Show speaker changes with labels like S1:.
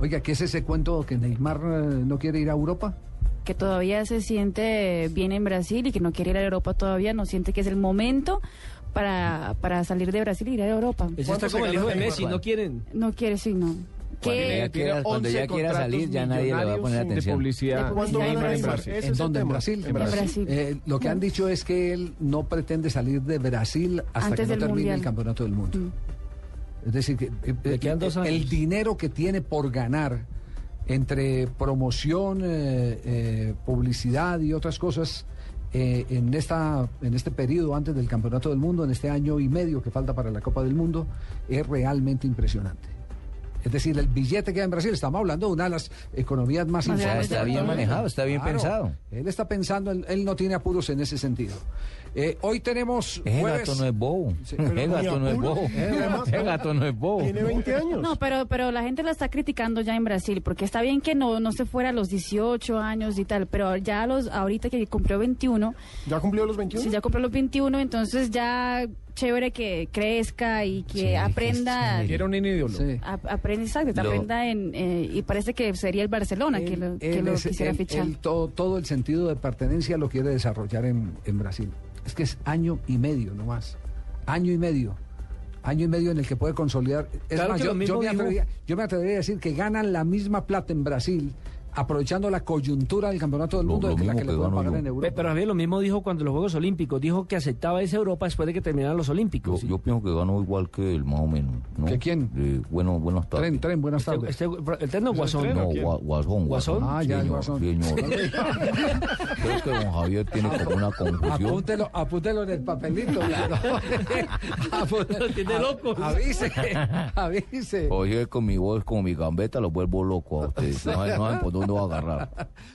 S1: Oiga, ¿qué es ese cuento que Neymar eh, no quiere ir a Europa?
S2: que todavía se siente bien en Brasil y que no quiere ir a Europa todavía, no siente que es el momento para, para salir de Brasil y ir a Europa.
S3: Ese está como el hijo de Messi, no quieren.
S2: No quiere, sí, no.
S4: ella
S1: Eh,
S2: Que
S4: quiera- cuando ella quiera salir, ya nadie le va a poner atención.
S5: De publicidad.
S2: De publicidad.
S5: Neymar
S2: Neymar
S5: en
S2: en
S5: Brasil.
S1: ¿En dónde? ¿En Brasil?
S2: En Brasil.
S1: Eh, lo que han dicho es que él no pretende salir de Brasil hasta
S2: Antes
S1: que no
S2: del
S1: termine el
S2: Mundial.
S1: campeonato del mundo. Es decir, que, eh,
S3: Le
S1: eh,
S3: quedan dos
S1: eh, el
S3: años.
S1: dinero que tiene por ganar entre promoción, eh, eh, publicidad y otras cosas eh, en, esta, en este periodo antes del Campeonato del Mundo, en este año y medio que falta para la Copa del Mundo, es realmente impresionante. Es decir, el billete que hay en Brasil, estamos hablando de una de las economías más
S2: O sea,
S1: importantes
S2: está
S1: del
S2: bien
S1: planeta.
S4: manejado, está bien pensado.
S1: Él está pensando, él, él no tiene apuros en ese sentido. Eh, hoy tenemos
S4: El
S1: jueves-
S4: gato no es bobo.
S1: Sí, pero
S4: El gato no es bobo. El gato no es
S5: Tiene
S4: bobo.
S5: 20 años.
S2: No, pero, pero la gente la está criticando ya en Brasil, porque está bien que no, no se fuera a los 18 años y tal, pero ya a los, ahorita que cumplió 21,
S5: ¿Ya cumplió los 21?
S2: si ya cumplió los 21, entonces ya chévere que crezca y que
S4: Sí,
S2: aprenda.
S4: que
S3: Quiero un ídolo.
S1: Sí.
S2: ap- Aprende, exacto,
S4: Lo-
S2: aprenda en, eh, y parece que sería el Barcelona que lo, que
S1: Él
S2: lo
S1: es-
S2: quisiera
S1: él-
S2: fichar.
S1: él todo, todo el sentido de pertenencia lo quiere desarrollar en, en Brasil. Es que es año y medio nomás. Año y medio. Año y medio en el que puede consolidar. Es
S3: Claro
S1: más,
S3: que
S1: yo,
S3: lo
S1: yo
S3: mismo
S1: me
S3: dijo-
S1: atrevería, yo me atrevería a decir que ganan la misma plata en Brasil aprovechando la coyuntura del campeonato del
S4: Lo-
S1: mundo
S4: lo
S1: que la
S4: mismo
S1: que le
S4: que
S1: pueden
S4: gano
S1: pagar
S4: yo.
S1: en Europa.
S3: Pe- Pero Javier lo mismo dijo cuando los Juegos Olímpicos, dijo que aceptaba esa Europa después de que terminaran los
S4: Yo,
S3: Olímpicos.
S4: yo pienso que ganó igual que él, más o menos. ¿no?
S1: ¿Que quién?
S4: Eh, bueno, buenas tardes.
S1: tren, tren, buenas
S3: Este-
S1: tardes.
S3: este- el terno Guasón.
S4: No,
S5: ¿quién?
S4: Gua- Guasón.
S3: ¿Guasón?
S1: Ah, ya, el
S4: señor,
S1: Guasón.
S4: señor. Creo que don Javier tiene como una confusión.
S1: Apúntelo, apúntelo en el papelito.
S3: Lo tiene loco.
S1: Avise, avise.
S4: Oye, con mi voz, con mi gambeta, los vuelvo loco a ustedes. No saben no saben por dónde va a agarrar.